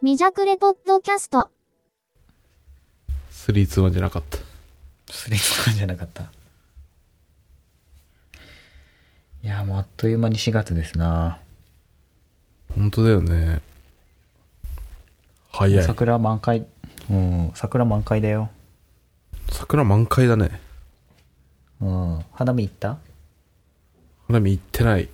未弱レポッドキャスト。スリーツーワンじゃなかった。スリーとかじゃなかった。いや、もうあっという間に4月ですな。本当だよね。早い。桜満開。うん、桜満開だよ。桜満開だね。うん。花見行った花見行ってない。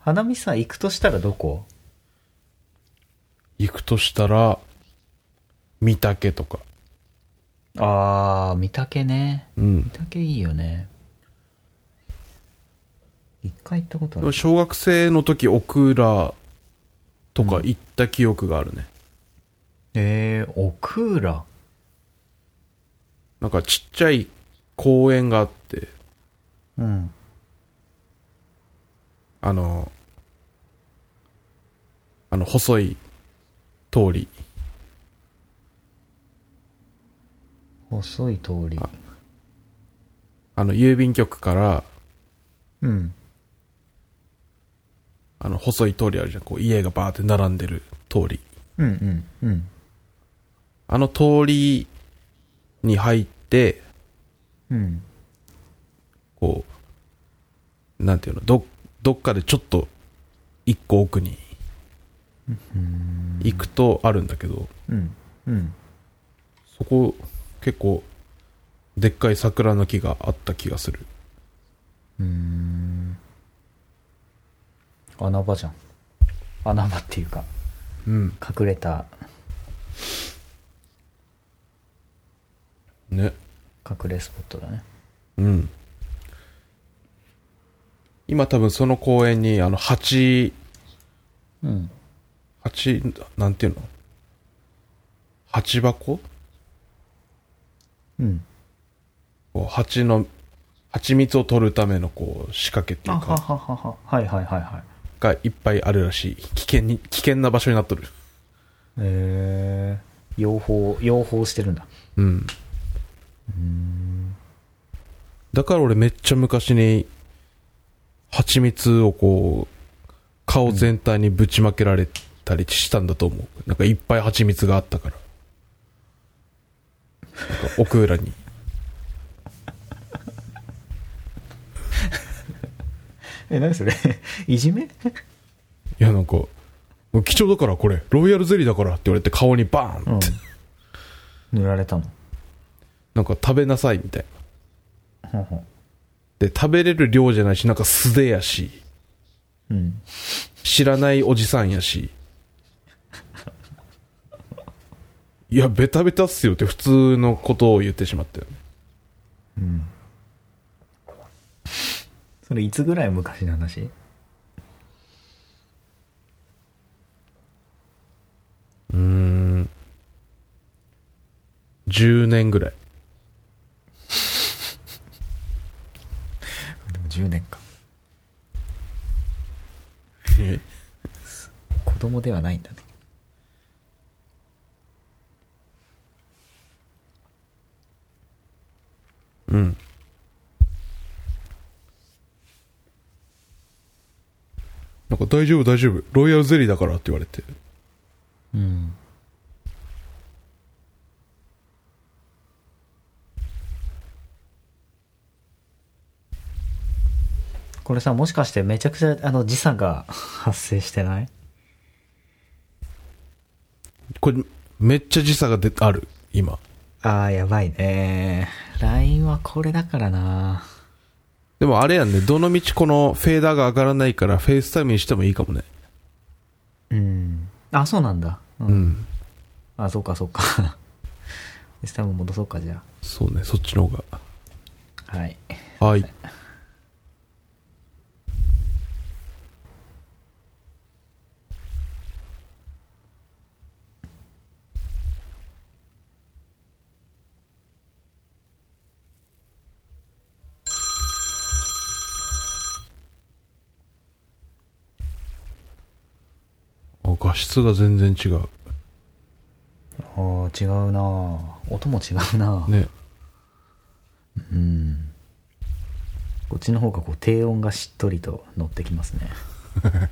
花見さ、行くとしたらどこ行くとしたら、御嶽とか。あー、御嶽ね。うん。御嶽いいよね。一回行ったことある。小学生の時、オクラとか行った記憶があるね。えー、奥浦。なんかちっちゃい公園があって、うん。あの、あの、細い通り。細い通り。あの、郵便局から、うん。あの、細い通りあるじゃん。こう、家がバーって並んでる通り。うんうんうん。あの通りに入って、うん。こう、なんていうの、ど、どっかでちょっと、一個奥に、行くとあるんだけど、うん。うん。そこ、結構、でっかい桜の木があった気がする。穴場じゃん。穴場っていうか、うん。隠れた、ね。隠れスポットだね。うん。今多分その公園に、あの、蜂、うん。蜂、なんていうの蜂箱うん。こう蜂の、蜂蜜を取るためのこう仕掛けっていあうはか、ははは。はいはいはいはい。がいっぱいあるらしい。危険に、危険な場所になっとる。へえ。養蜂、養蜂してるんだ。うん。だから俺めっちゃ昔に、蜂蜜をこう、顔全体にぶちまけられたりしたんだと思う。なんかいっぱい蜂蜜があったから。なんか奥裏に。え、何それ いじめいやなんか、もう貴重だからこれ、ロイヤルゼリーだからって言われて顔にバーンって、塗られたの。なんか食べなさいみたいな。ほんほんで、食べれる量じゃないし、なんか素手やし、うん。知らないおじさんやし。いや、ベタベタっすよって普通のことを言ってしまったよね。それいつぐらい昔の話10年ぐらい。でも10年か。え子供ではないんだね。うん。なんか大丈夫大丈夫。ロイヤルゼリーだからって言われて。うん。これさ、もしかしてめちゃくちゃあの時差が 発生してないこれ、めっちゃ時差が出ある、今。ああ、やばいね。LINE はこれだからな。でもあれやんね、どの道このフェーダーが上がらないからフェイスタイムにしてもいいかもね。うん。あ、そうなんだ。うん。うん。あ、そうか そうか。スタイム戻そうか、じゃそうね、そっちの方が。あ。はい。はい。あ画質が全然違う。おー違うな音も違うな、ね。こっちの方がこう低音がしっとりと乗ってきますね。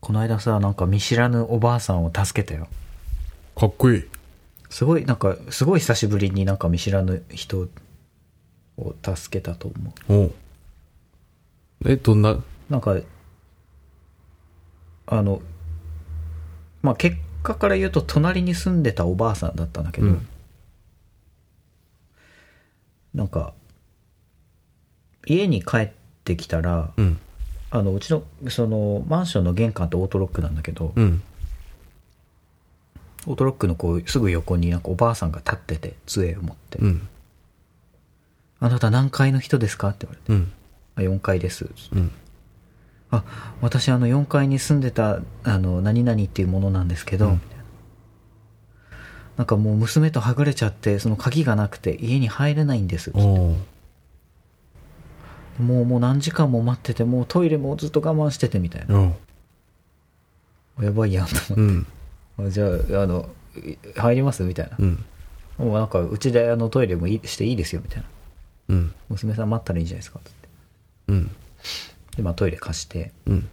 この間さ、なんか見知らぬおばあさんを助けたよ。かっこいい。すごい、なんか、すごい久しぶりになんか見知らぬ人を助けたとお思うえ、どんな、う。なんか、あの、まあ、結果から言うと隣に住んでたおばあさんだったんだけど、うんなんか、家に帰ってきたら、うん、あの、うちの、その、マンションの玄関ってオートロックなんだけど、うん、オートロックのこう、すぐ横になんかおばあさんが立ってて、杖を持って、うん、あなた何階の人ですかって言われて。うん、あ、4階です。うん、あ、私あの4階に住んでた、あの、何々っていうものなんですけど、みたいな。なんかもう娘とはぐれちゃって、その鍵がなくて家に入れないんです。おうもうもう何時間も待ってて、もうトイレもずっと我慢しててみたいな。おうやばいやんとう思ん、って。じゃあ、あの、い入りますみたいなう。ん、もうなんか、うちであのトイレもいいしていいですよみたいな。うん、娘さん待ったらいいじゃないですかって言うっん、て。で、まあトイレ貸して。うん、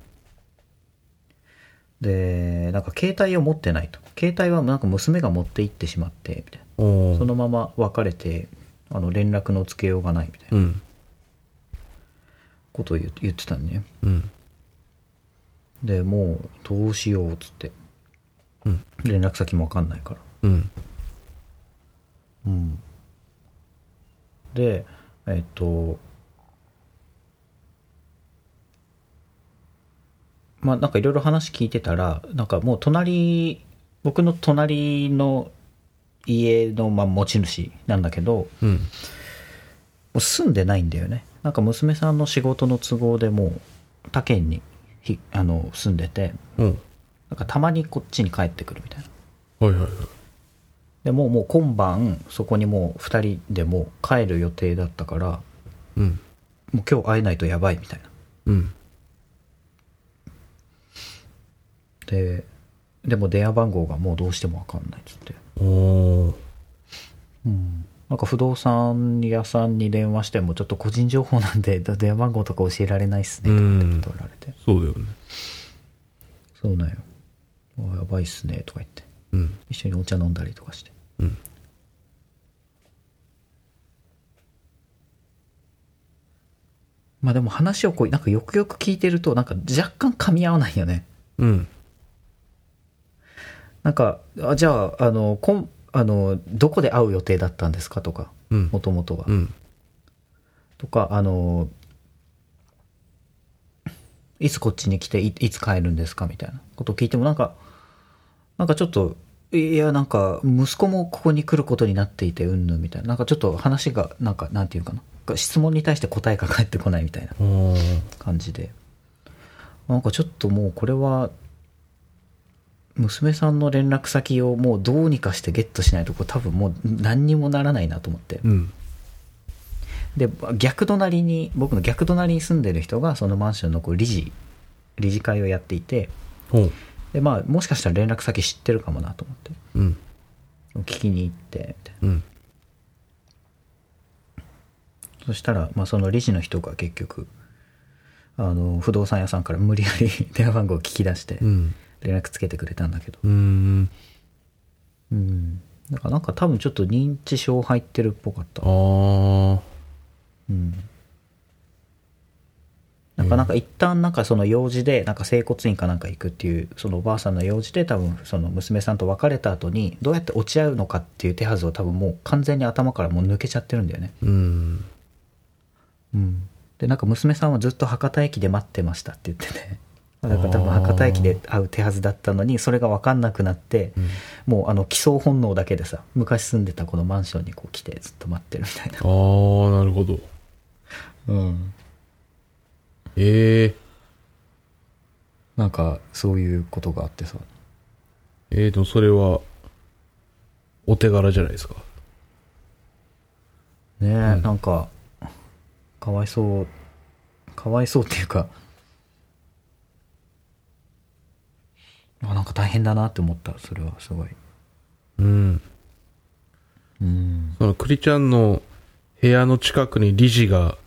で、なんか携帯を持ってないと。携帯はなんか娘が持って行ってしまって、みたいな。おそうのまま別れて、あの、連絡のつけようがないみたいなうん、ことを言う言ってたのね。うん、で、もう、どうしようっつって。うん連絡先もわかんないから。うん、うん。で、えっと、まあなんかいろいろ話聞いてたら、なんかもう隣、僕の隣の家の、まあ、持ち主なんだけど、うん、もう住んでないんだよねなんか娘さんの仕事の都合でもう他県にひあの住んでておうなんかたまにこっちに帰ってくるみたいなはいはいはい。でもうもう今晩そこにもう2人でもう帰る予定だったからうん、もう今日会えないとやばいみたいなうん、ででも電話番号がもうどうしても分かんないっつって、おうなんか不動産屋さんに電話してもちょっと個人情報なんで だ電話番号とか教えられないっすねうんと、か言われてそうだよね。そうなんよあやばいっすねとか言ってうん、一緒にお茶飲んだりとかしてうん、まあでも話をこうなんかよくよく聞いてるとなんか若干噛み合わないよねうん、なんかあじゃああのこんあのどこで会う予定だったんですかとかうんも、ともとは、うん、とかあのいつこっちに来ていいつ帰るんですかみたいなことを聞いてもなんかなんかちょっといやなんか息子もここに来ることになっていてうんぬんみたいななんかちょっと話がなんかなんていうかな質問に対して答えが返ってこないみたいなおう感じでなんかちょっともうこれは娘さんの連絡先をもうどうにかしてゲットしないとこれ多分もう何にもならないなと思ってうん、で逆隣に僕の逆隣に住んでる人がそのマンションのこう理事理事会をやっていておうでまあもしかしたら連絡先知ってるかもなと思ってうん、聞きに行ってみたいなうん、そしたら、まあ、その理事の人が結局あの不動産屋さんから無理やり電話番号を聞き出してうん、連絡つけてくれたんだけどうん、うんだからなんか多分ちょっと認知症入ってるっぽかったああ。うんなんかなんか一旦なんかその用事でなんか整骨院かなんか行くっていうそのおばあさんの用事で多分その娘さんと別れた後にどうやって落ち合うのかっていう手はずを多分もう完全に頭からもう抜けちゃってるんだよね。うん。うん、でなんか娘さんはずっと博多駅で待ってましたって言っててだから多分博多駅で会う手はずだったのにそれが分かんなくなって、もうあの帰巣本能だけでさ昔住んでたこのマンションにこう来てずっと待ってるみたいなあ。あ、なるほど。うんええなんかそういうことがあってさええと、それは、お手柄じゃないですか。ねえ、なんかかわいそうかわいそうっていうかあなんか大変だなって思ったそれはすごいうん。うんその、クリちゃんの部屋の近くに理事が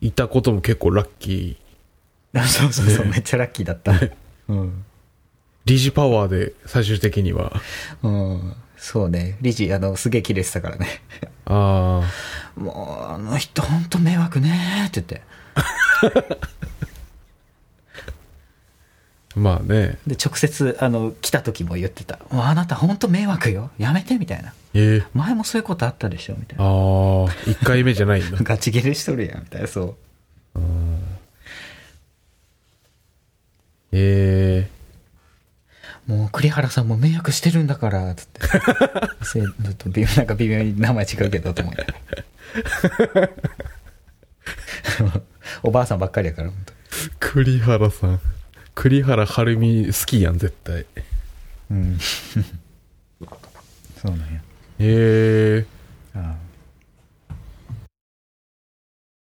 いたことも結構ラッキそうそうそうめっちゃラッキーだったうん理事パワーで最終的には。うん。そうね。理事、あの、すげえキレてたからね。 ああ。もう、あの人ほんと迷惑ねーって言って。まあね。で、直接、あの、来た時も言ってた。もうあなたほんと迷惑よ。やめて、みたいな。ええ前もそういうことあったでしょ、みたいな。。ああ、1回目じゃないん だガチギレしとるやん、みたいな。そう。えもう栗原さんも迷惑してるんだから、 つって。せちょっと微妙、なんか微妙に名前違うけど、と思い ながらおばあさんばっかりやから、本当え栗原さん。栗原はるみ好きやん、絶対。 うん。そうなんや。ええ